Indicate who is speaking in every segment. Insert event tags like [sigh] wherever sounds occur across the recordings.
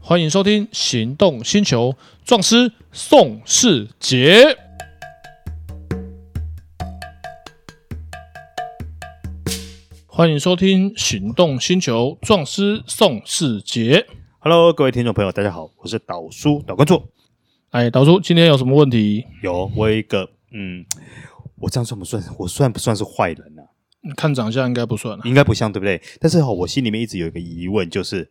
Speaker 1: 欢迎收听《行动星球》，壮师宋世杰。欢迎收听《行动星球》，壮师宋世杰。
Speaker 2: Hello，各位听众朋友，大家好，我是导叔导观众。
Speaker 1: 哎，导叔，今天有什么问题？
Speaker 2: 有我有一个，嗯，我这样算不算？我算不算是坏人啊？
Speaker 1: 看长相应该不算啊。
Speaker 2: 应该不像，对不对？但是哈、我心里面一直有一个疑问，就是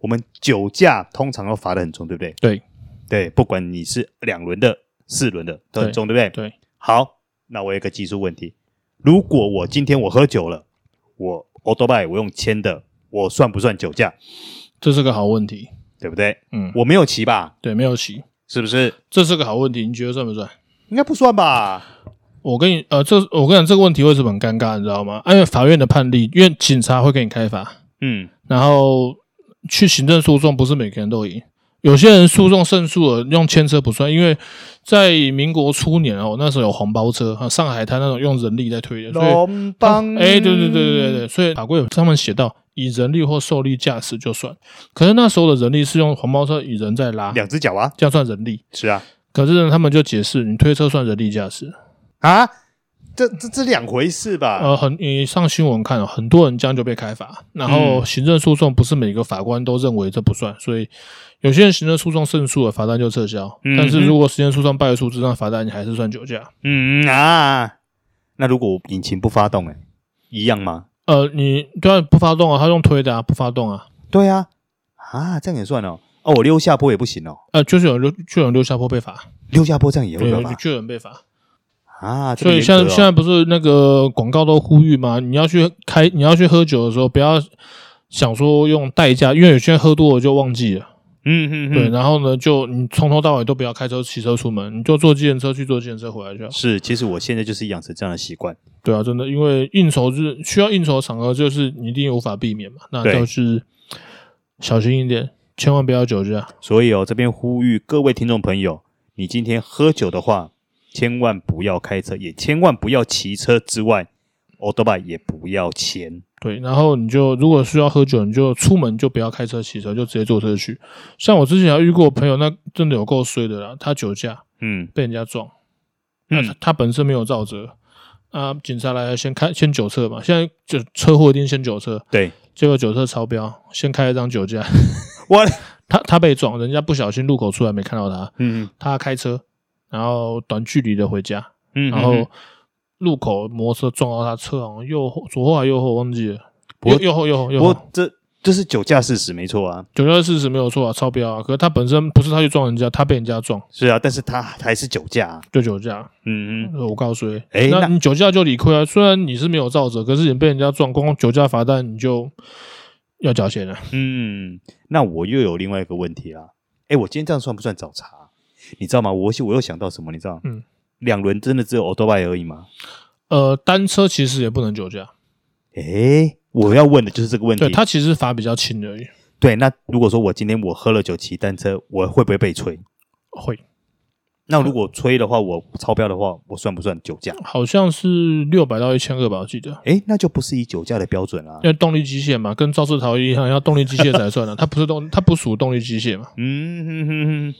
Speaker 2: 我们酒驾通常都罚的很重，对不对？
Speaker 1: 对
Speaker 2: 对，不管你是两轮的、四轮的，都很重，对不对？
Speaker 1: 对，
Speaker 2: 好，那我有一个技术问题，如果我今天我喝酒了，我 o d o b y 我用签的，我算不算酒驾？
Speaker 1: 这是个好问题。
Speaker 2: 对不对？
Speaker 1: 嗯，
Speaker 2: 我没有骑吧？
Speaker 1: 对，没有骑，
Speaker 2: 是不是？
Speaker 1: 这是个好问题。你觉得算不算？
Speaker 2: 应该不算吧？
Speaker 1: 我跟你呃，这我跟你讲这个问题为什么很尴尬，你知道吗？啊因为法院的判例，因为警察会给你开罚，
Speaker 2: 嗯，
Speaker 1: 然后去行政诉讼，不是每个人都赢。有些人诉讼胜诉了，用牵车不算，因为在民国初年哦，那时候有黄包车啊，上海滩那种用人力在推的，所以
Speaker 2: 龙帮，
Speaker 1: 哎，对对对对对对，所以法规有上面写到，以人力或受力驾驶就算。可是那时候的人力是用黄包车以人在拉，
Speaker 2: 两只脚啊，
Speaker 1: 这样算人力。
Speaker 2: 是啊，
Speaker 1: 可是呢，他们就解释，你推车算人力驾驶。
Speaker 2: 啊，这这这两回事吧？
Speaker 1: 呃，很你上新闻看，很多人这样就被开罚，然后
Speaker 2: 嗯
Speaker 1: 行政诉讼不是每个法官都认为这不算，所以有些人行政诉讼胜诉了，罚单就撤销。
Speaker 2: 嗯
Speaker 1: 但是如果行政诉讼败诉之上，罚单你还是算酒驾。
Speaker 2: 嗯啊，那如果我引擎不发动、欸，一样吗？
Speaker 1: 呃，你对啊，不发动啊，他用推的啊，不发动啊，
Speaker 2: 对啊，啊，这样也算哦。哦，我溜下坡也不行哦，
Speaker 1: 呃，就是有人溜，就有人溜下坡被罚，
Speaker 2: 溜下坡这样也
Speaker 1: 对，
Speaker 2: 会
Speaker 1: 有
Speaker 2: 犯法
Speaker 1: 就有人被罚。
Speaker 2: 啊。这
Speaker 1: 所
Speaker 2: 么
Speaker 1: 以
Speaker 2: 严
Speaker 1: 现在
Speaker 2: 格哦
Speaker 1: 现在不是那个广告都呼吁吗？你要去开，你要去喝酒的时候，不要想说用代驾，因为有些人喝多了就忘记了。
Speaker 2: 嗯嗯
Speaker 1: 对，
Speaker 2: 嗯，
Speaker 1: 然后呢，就你从头到尾都不要开车、骑车出门，你就坐计程车去，坐计程车回来就好。
Speaker 2: 是，其实我现在就是养成这样的习惯。
Speaker 1: 对啊，真的，因为应酬是需要应酬的场合，就是你一定无法避免嘛，那
Speaker 2: 对
Speaker 1: 就是小心一点，千万不要酒驾。
Speaker 2: 所以哦，这边呼吁各位听众朋友，你今天喝酒的话，千万不要开车，也千万不要骑车之外 o d o b y 也不要签。
Speaker 1: 对，然后你就如果需要喝酒，你就出门就不要开车、骑车，就直接坐车去。像我之前还遇过朋友，那真的有够衰的啦，他酒驾
Speaker 2: 嗯
Speaker 1: 被人家撞，那
Speaker 2: 嗯
Speaker 1: 他，他本身没有造责。啊！警察来了，先开先酒测嘛。现在就车祸一定先酒测，
Speaker 2: 对，
Speaker 1: 结果酒测超标，先开一张酒驾， [laughs]
Speaker 2: 我
Speaker 1: 他他被撞，人家不小心路口出来没看到他，
Speaker 2: 嗯
Speaker 1: 他开车，然后短距离的回家，
Speaker 2: 嗯，
Speaker 1: 然后路口摩托车撞到他车，好像右后左后还右后忘记了，
Speaker 2: 不
Speaker 1: 右
Speaker 2: 过
Speaker 1: 右后右后右
Speaker 2: 不
Speaker 1: 后
Speaker 2: 过这这是酒驾事实，没错啊，
Speaker 1: 酒驾事实没有错啊，超标啊。可是他本身不是他去撞人家，他被人家撞
Speaker 2: 是啊，但是他还是酒驾、啊，
Speaker 1: 就酒驾。
Speaker 2: 嗯嗯，
Speaker 1: 呃我告诉你，
Speaker 2: 诶
Speaker 1: 那
Speaker 2: 那
Speaker 1: 你酒驾就理亏啊。虽然你是没有造责，可是你被人家撞，光酒驾罚单你就要缴钱了。
Speaker 2: 嗯，那我又有另外一个问题啦，哎，我今天这样算不算找茬啊？你知道吗？我我又想到什么？你知道？
Speaker 1: 嗯，
Speaker 2: 两轮真的只有 o d o b y 而已吗？
Speaker 1: 呃，单车其实也不能酒驾，
Speaker 2: 嗯哎，我要问的就是这个问题。
Speaker 1: 对他其实罚比较轻而已，
Speaker 2: 对，那如果说我今天我喝了酒骑单车，我会不会被吹？
Speaker 1: 会。
Speaker 2: 那如果吹的话，我超标的话，我算不算酒驾？
Speaker 1: 好像是六百到一千二吧，我记得。
Speaker 2: 哎，那就不是以酒驾的标准啊啦、
Speaker 1: 因为动力机械嘛，跟肇事逃逸一样，要动力机械才算啊的，它不是动，它不属动力机械嘛。
Speaker 2: 嗯哼哼哼，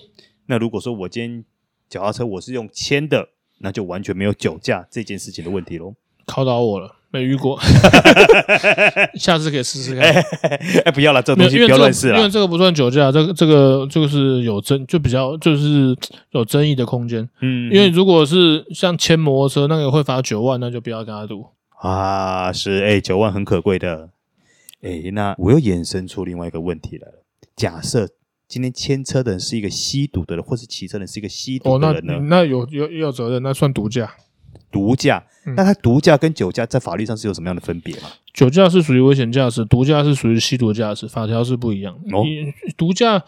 Speaker 2: 那如果说我今天脚踏车我是用牵的，那就完全没有酒驾这件事情的问题喽。
Speaker 1: 考倒我了，没遇过，下次可以试试看。
Speaker 2: [laughs] 哎，不要了，这
Speaker 1: 没有，因
Speaker 2: 东西
Speaker 1: 为
Speaker 2: 不
Speaker 1: 这
Speaker 2: 要
Speaker 1: 个
Speaker 2: 乱试
Speaker 1: 因为
Speaker 2: 啦。
Speaker 1: 这个不算酒驾，这个这个这个是有争，就比较就是有争议的空间。
Speaker 2: 嗯，
Speaker 1: 因为如果是像牵摩托车那个会罚九万，那就不要跟他赌。
Speaker 2: 啊，是哎，九万很可贵的。哎，那我又衍生出另外一个问题来了。假设今天牵车的人是一个吸毒的人，或是骑车的人是一个吸
Speaker 1: 哦
Speaker 2: 毒，
Speaker 1: 那
Speaker 2: 的人呢？
Speaker 1: 那有有也有责任，那算毒驾。
Speaker 2: 毒驾，
Speaker 1: 嗯
Speaker 2: 那他毒驾跟酒驾在法律上是有什么样的分别吗？
Speaker 1: 酒驾是属于危险驾驶，毒驾是属于吸毒驾驶，法条是不一样的。
Speaker 2: 哦
Speaker 1: 你毒驾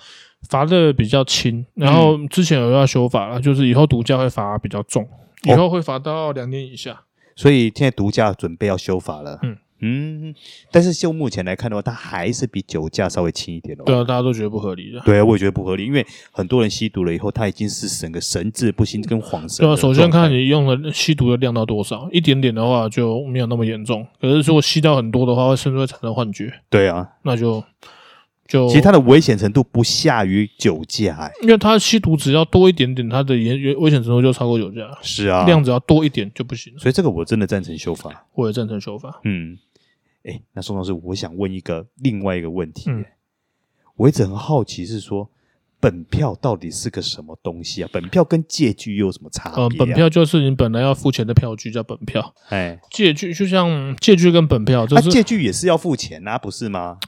Speaker 1: 罚的比较轻，然后
Speaker 2: 嗯
Speaker 1: 之前有要修法了，就是以后毒驾会罚比较
Speaker 2: 哦
Speaker 1: 重，以后会罚到两年以下。
Speaker 2: 所以现在毒驾准备要修法了。
Speaker 1: 嗯
Speaker 2: 嗯但是就目前来看的话，它还是比酒驾稍微轻一点哦。
Speaker 1: 对啊，大家都觉得不合理的。
Speaker 2: 对啊，我也觉得不合理，因为很多人吸毒了以后，他已经是整个神志不清跟恍神
Speaker 1: 对啊，
Speaker 2: 的状态。
Speaker 1: 首先看你用的吸毒的量到多少，一点点的话就没有那么严重。可是如果吸到很多的话，会甚至会产生幻觉，
Speaker 2: 对啊，
Speaker 1: 那就就
Speaker 2: 其实它的危险程度不下于酒驾、哎，
Speaker 1: 因为它吸毒只要多一点点，它的严严危险程度就超过酒驾，
Speaker 2: 是啊，
Speaker 1: 量只要多一点就不行了。
Speaker 2: 所以这个我真的赞成修法。
Speaker 1: 我也赞成修法。
Speaker 2: 嗯，哎，那宋老师，我想问一个另外一个问题，
Speaker 1: 嗯
Speaker 2: 我一直很好奇是说，本票到底是个什么东西啊？本票跟借据又有什么差别、啊？
Speaker 1: 呃，本，票就是你本来要付钱的票据叫本票，
Speaker 2: 哎，
Speaker 1: 借据就像借据跟本票，就
Speaker 2: 那、
Speaker 1: 是、
Speaker 2: 啊借据也是要付钱啊，不是吗？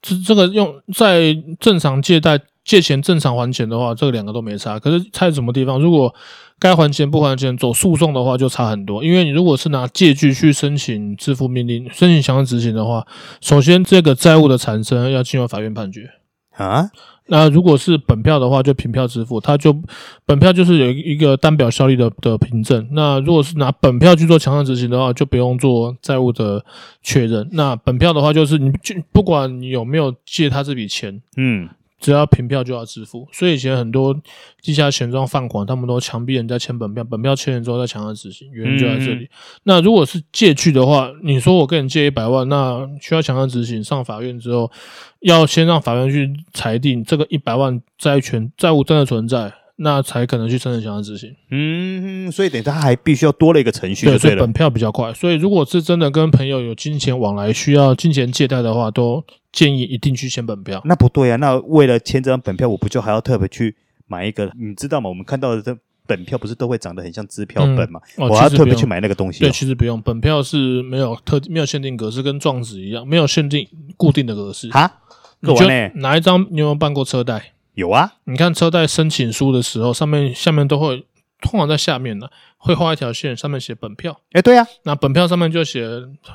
Speaker 1: 这这个用在正常借贷借钱正常还钱的话，这两个都没差。可是差在什么地方？如果该还钱不还钱，走诉讼的话就差很多。因为你如果是拿借据去申请支付命令、申请强制执行的话，首先这个债务的产生要经由法院判决。
Speaker 2: 啊，
Speaker 1: 那如果是本票的话，就凭票支付，它就本票就是有一个单表效力的的凭证。那如果是拿本票去做强制执行的话，就不用做债务的确认。那本票的话，就是你就不管你有没有借他这笔钱，
Speaker 2: 嗯，
Speaker 1: 只要凭票就要支付。所以以前很多地下钱庄放款，他们都强逼人家签本票，本票签了之后再强制执行，原因就在这
Speaker 2: 嗯
Speaker 1: 里。那如果是借据的话，你说我跟你借一百万，那需要强制执行，上法院之后，要先让法院去裁定这个一百万债权债务真的存在，那才可能去申请强制执行。
Speaker 2: 嗯，所以等于他还必须要多了一个程序就
Speaker 1: 所
Speaker 2: 对
Speaker 1: 以
Speaker 2: 了
Speaker 1: 本。票比较快。所以如果是真的跟朋友有金钱往来，需要金钱借贷的话，都建议一定去签本票。
Speaker 2: 那不对啊，那为了签这张本票，我不就还要特别去买一个？你知道吗？我们看到的这本票不是都会长得很像支票本吗？
Speaker 1: 哦
Speaker 2: 我
Speaker 1: 其
Speaker 2: 要
Speaker 1: 实不
Speaker 2: 特别去
Speaker 1: 用
Speaker 2: 买那个东西、
Speaker 1: 对，
Speaker 2: 哦。
Speaker 1: 其实不用，本票是没有特没有限定格式，跟状纸一样，没有限定固定的格式。
Speaker 2: 哈，
Speaker 1: 你
Speaker 2: 各
Speaker 1: 就
Speaker 2: 位呢？
Speaker 1: 拿一张，你有没有办过车贷？
Speaker 2: 有啊，
Speaker 1: 你看车贷申请书的时候，上面下面都会，通常在下面呢会画一条线，上面写本票。
Speaker 2: 哎，对啊，
Speaker 1: 那本票上面就写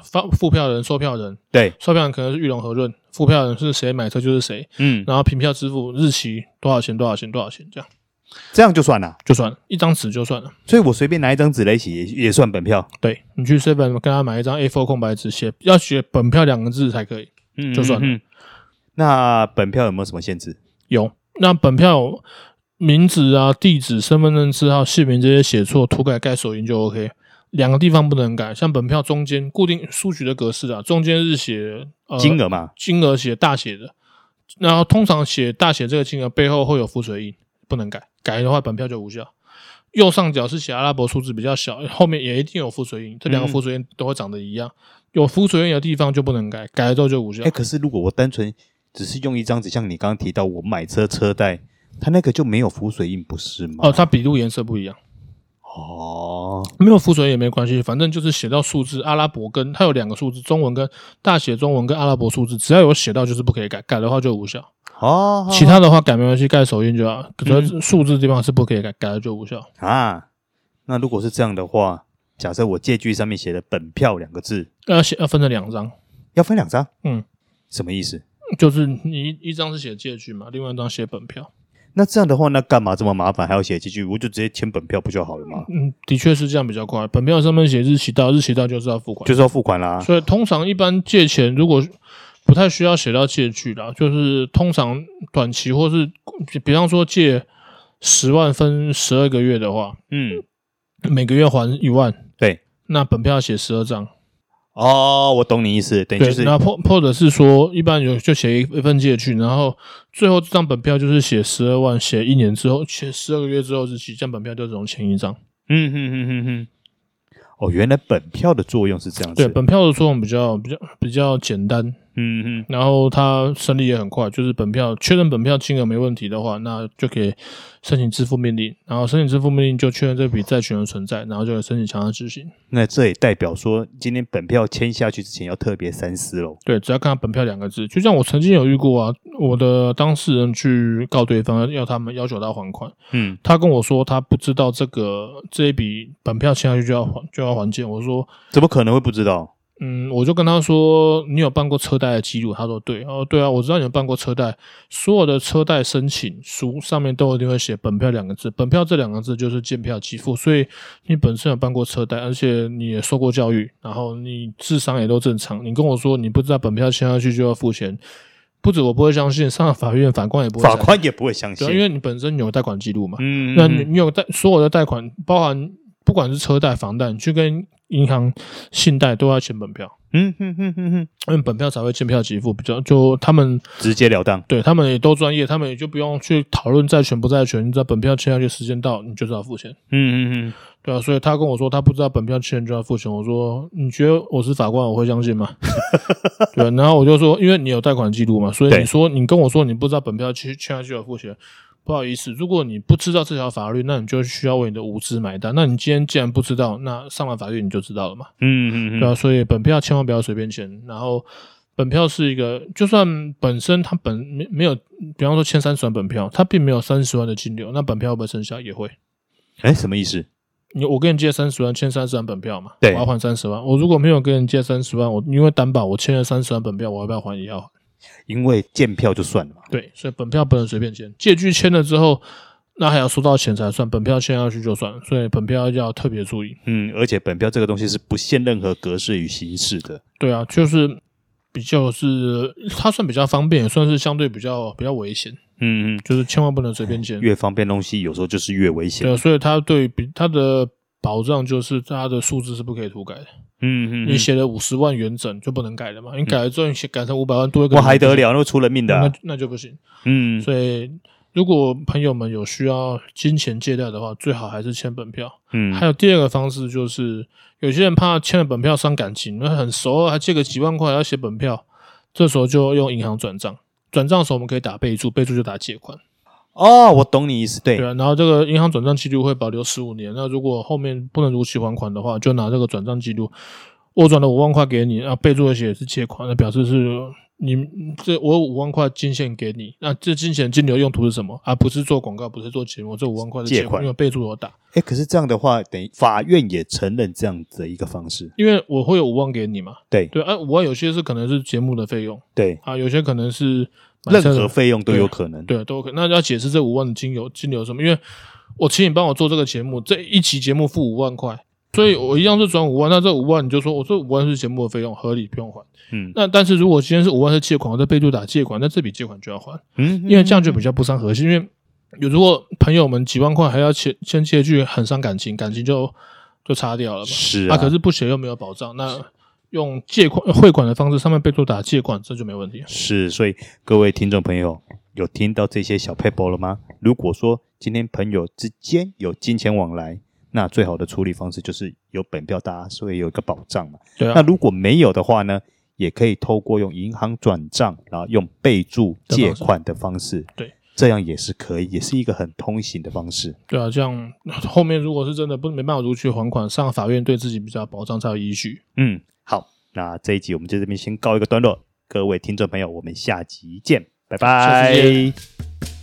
Speaker 1: 发付票人、售票人，
Speaker 2: 对，
Speaker 1: 售票人可能是裕隆和润，付票人是谁买车就是谁，
Speaker 2: 嗯，
Speaker 1: 然后凭票支付日期多少钱多少钱多少钱，这样
Speaker 2: 这样就算了。
Speaker 1: 就算了，一张纸就算了。
Speaker 2: 所以我随便拿一张纸来写也也算本票，
Speaker 1: 对你去 seven 跟他买一张 A4 空白纸，写要写本票两个字才可以。
Speaker 2: 嗯
Speaker 1: 就算了
Speaker 2: 嗯嗯那本票有没有什么限制？
Speaker 1: 有，那本票有名字啊、地址、身份证字号、姓名这些写错，涂改盖手印就 OK。两个地方不能改，像本票中间固定书局的格式啊，中间是写、呃、
Speaker 2: 金额嘛？
Speaker 1: 金额写大写的，然后通常写大写这个金额背后会有浮水印，不能改，改的话本票就无效。右上角是写阿拉伯数字比较小，后面也一定有浮水印，这两个
Speaker 2: 嗯
Speaker 1: 浮水印都会长得一样。有浮水印的地方就不能改，改了之后就无效
Speaker 2: 哎，。可是如果我单纯只是用一张纸，像你刚刚提到我买车车贷，它那个就没有浮水印，不是吗？
Speaker 1: 哦，它笔录颜色不一样。
Speaker 2: 哦，
Speaker 1: 没有浮水也没关系，反正就是写到数字阿拉伯跟它有两个数字，中文跟大写中文跟阿拉伯数字，只要有写到就是不可以改，改的话就无效。
Speaker 2: 哦，
Speaker 1: 其他的话改没关系，盖手印就好，主要是数字地方是不可以改，改了就无效。
Speaker 2: 啊，那如果是这样的话，假设我借据上面写的“本票”两个字，
Speaker 1: 要呃写要分成两张，
Speaker 2: 要分两张，
Speaker 1: 嗯，
Speaker 2: 什么意思？
Speaker 1: 就是你一一张是写借据嘛，另外一张写本票。
Speaker 2: 那这样的话，那干嘛这么麻烦，还要写借据？我就直接签本票不就好了吗？
Speaker 1: 嗯，的确是这样比较快。本票上面写日期到，日期到就是要付款。
Speaker 2: 就是要付款啦。
Speaker 1: 所以通常一般借钱如果不太需要写到借据啦，就是通常短期或是比比方说借十万分十二个月的话，
Speaker 2: 嗯，
Speaker 1: 每个月还一万，
Speaker 2: 对。
Speaker 1: 那本票写十二张，
Speaker 2: 哦，我懂你意思，等于
Speaker 1: 对，
Speaker 2: 就是
Speaker 1: 那或或者是说，一般有就写一一份借据，然后最后这张本票就是写十二万，写一年之后，写十二个月之后日期，这样本票就只能签一张。
Speaker 2: 嗯哼哼哼哼。哦，原来本票的作用是这样子。
Speaker 1: 对，本票的作用比较比较比较简单，
Speaker 2: 嗯哼，
Speaker 1: 然后它审理也很快，就是本票确认本票金额没问题的话，那就可以申请支付命令，然后申请支付命令就确认这笔债权的存在，然后就可以申请强制执行。
Speaker 2: 那这也代表说，今天本票签下去之前要特别三思喽。
Speaker 1: 对，只要看到本票两个字，就像我曾经有遇过啊，我的当事人去告对方，要他们要求他还款，
Speaker 2: 嗯，
Speaker 1: 他跟我说他不知道这个这一笔本票签下去就要还就要还钱，我说
Speaker 2: 怎么可能会不知道？
Speaker 1: 嗯，我就跟他说你有办过车贷的记录，他说对，哦对啊，我知道你有办过车贷，所有的车贷申请书上面都一定会写本票两个字，本票这两个字就是见票即付，所以你本身有办过车贷，而且你也受过教育，然后你智商也都正常，你跟我说你不知道本票签下去就要付钱，不止我不会相信，上了法院法官也不会
Speaker 2: 法
Speaker 1: 相信，
Speaker 2: 官也不会相信
Speaker 1: 对啊，。因为你本身有贷款记录嘛，
Speaker 2: 嗯，
Speaker 1: 那
Speaker 2: 嗯
Speaker 1: 你你有贷所有的贷款，包含不管是车贷、房贷，你去跟银行信贷都要签本票，
Speaker 2: 嗯哼哼哼哼，
Speaker 1: 因为本票才会见票即付，比较就他们
Speaker 2: 直截了当，
Speaker 1: 对他们也都专业，他们也就不用去讨论债权不债权，你知道本票签下去时间到，你就是要付钱，
Speaker 2: 嗯嗯嗯，
Speaker 1: 对啊，所以他跟我说他不知道本票签就要付钱，我说嗯你觉得我是法官我会相信吗？ [laughs] 对啊、然后我就说因为你有贷款记录嘛，所以
Speaker 2: 对
Speaker 1: 你说你跟我说你不知道本票签签下去要付钱。不好意思，如果你不知道这条法律，那你就需要为你的无知买单。那你今天既然不知道，那上了法院你就知道了嘛。
Speaker 2: 嗯嗯
Speaker 1: 对
Speaker 2: 嗯，
Speaker 1: 啊，所以本票千万不要随便签。然后本票是一个，就算本身它本没没有，比方说签三十万本票，它并没有三十万的金流，那本票会不会生效？也会。
Speaker 2: 哎，什么意思？
Speaker 1: 你我跟你借三十万，签三十万本票嘛，
Speaker 2: 对
Speaker 1: 我要还三十万。我如果没有跟你借三十万，我因为担保我签了三十万本票，我要不要还也要还？
Speaker 2: 因为见票就算了嘛，
Speaker 1: 对，所以本票不能随便签，借据签了之后，那还要收到钱才算，本票签下去就算，所以本票要特别注意。
Speaker 2: 嗯，而且本票这个东西是不限任何格式与形式的，
Speaker 1: 对啊，就是比较是它算比较方便，也算是相对比较比较危险。
Speaker 2: 嗯嗯，
Speaker 1: 就是千万不能随便签。
Speaker 2: 越方便东西有时候就是越危险
Speaker 1: 对，，啊所以它对比它的保障就是它的数字是不可以涂改的。
Speaker 2: 嗯嗯
Speaker 1: 你
Speaker 2: 嗯，
Speaker 1: 写了五十万元整就不能改了嘛？你改了之后，你写改成五百万多一个，
Speaker 2: 我还得？了，那会出人命的
Speaker 1: 那
Speaker 2: 啊，
Speaker 1: 那就不行。
Speaker 2: 嗯，
Speaker 1: 所以如果朋友们有需要金钱借贷的话，最好还是签本票。
Speaker 2: 嗯
Speaker 1: 还有第二个方式就是，有些人怕签了本票伤感情，那很熟啊还借个几万块还要写本票，这时候就用银行转账。转账的时候我们可以打备注，备注就打借款。
Speaker 2: 哦，我懂你意思，对
Speaker 1: 对，啊，然后这个银行转账记录会保留十五年。那如果后面不能如期还款的话，就拿这个转账记录，我转了五万块给你，啊，备注写是借款，那表示是你这我有五万块金钱给你，那这金钱金流用途是什么？啊，不是做广告，不是做节目，这五万块是
Speaker 2: 借
Speaker 1: 借款，
Speaker 2: 款
Speaker 1: 因为备注有打，
Speaker 2: 哎，可是这样的话，等于法院也承认这样子的一个方式，
Speaker 1: 因为我会有五万给你嘛。
Speaker 2: 对
Speaker 1: 对，啊，五万有些是可能是节目的费用
Speaker 2: 对，
Speaker 1: 啊，有些可能是买
Speaker 2: 任
Speaker 1: 车的
Speaker 2: 何费用都有可能，
Speaker 1: 对，都可。那要解释这五万的金流金流什么？因为我请你帮我做这个节目，这一期节目付五万块，所以我一样是转五万。那这五万你就说，我这五万是节目的费用，合理不用还。
Speaker 2: 嗯
Speaker 1: 那但是如果今天是五万是借款，我在备注打借款，那这笔借款就要还，
Speaker 2: 嗯，
Speaker 1: 因为这样就比较不伤和气。因为有如果朋友们几万块还要签签借据，很伤感情，感情就就擦掉了嘛。
Speaker 2: 是
Speaker 1: 啊，可是不写又没有保障，那用借款汇款的方式，上面备注打借款，这就没问题。
Speaker 2: 是，所以各位听众朋友有听到这些小 paper 了吗？如果说今天朋友之间有金钱往来，那最好的处理方式就是有本票，大家所以有一个保障嘛。
Speaker 1: 对啊
Speaker 2: 那，如果没有的话呢，也可以透过用银行转账，然后用备注
Speaker 1: 的方式
Speaker 2: 借款的方式，
Speaker 1: 对，
Speaker 2: 这样也是可以，也是一个很通行的方式。
Speaker 1: 对啊，这样后面如果是真的不没办法如期还款，上法院对自己比较保障才有依据。
Speaker 2: 嗯，好，那这一集我们就这边先告一个段落，各位听众朋友，我们下集见，拜
Speaker 1: 下次
Speaker 2: 拜。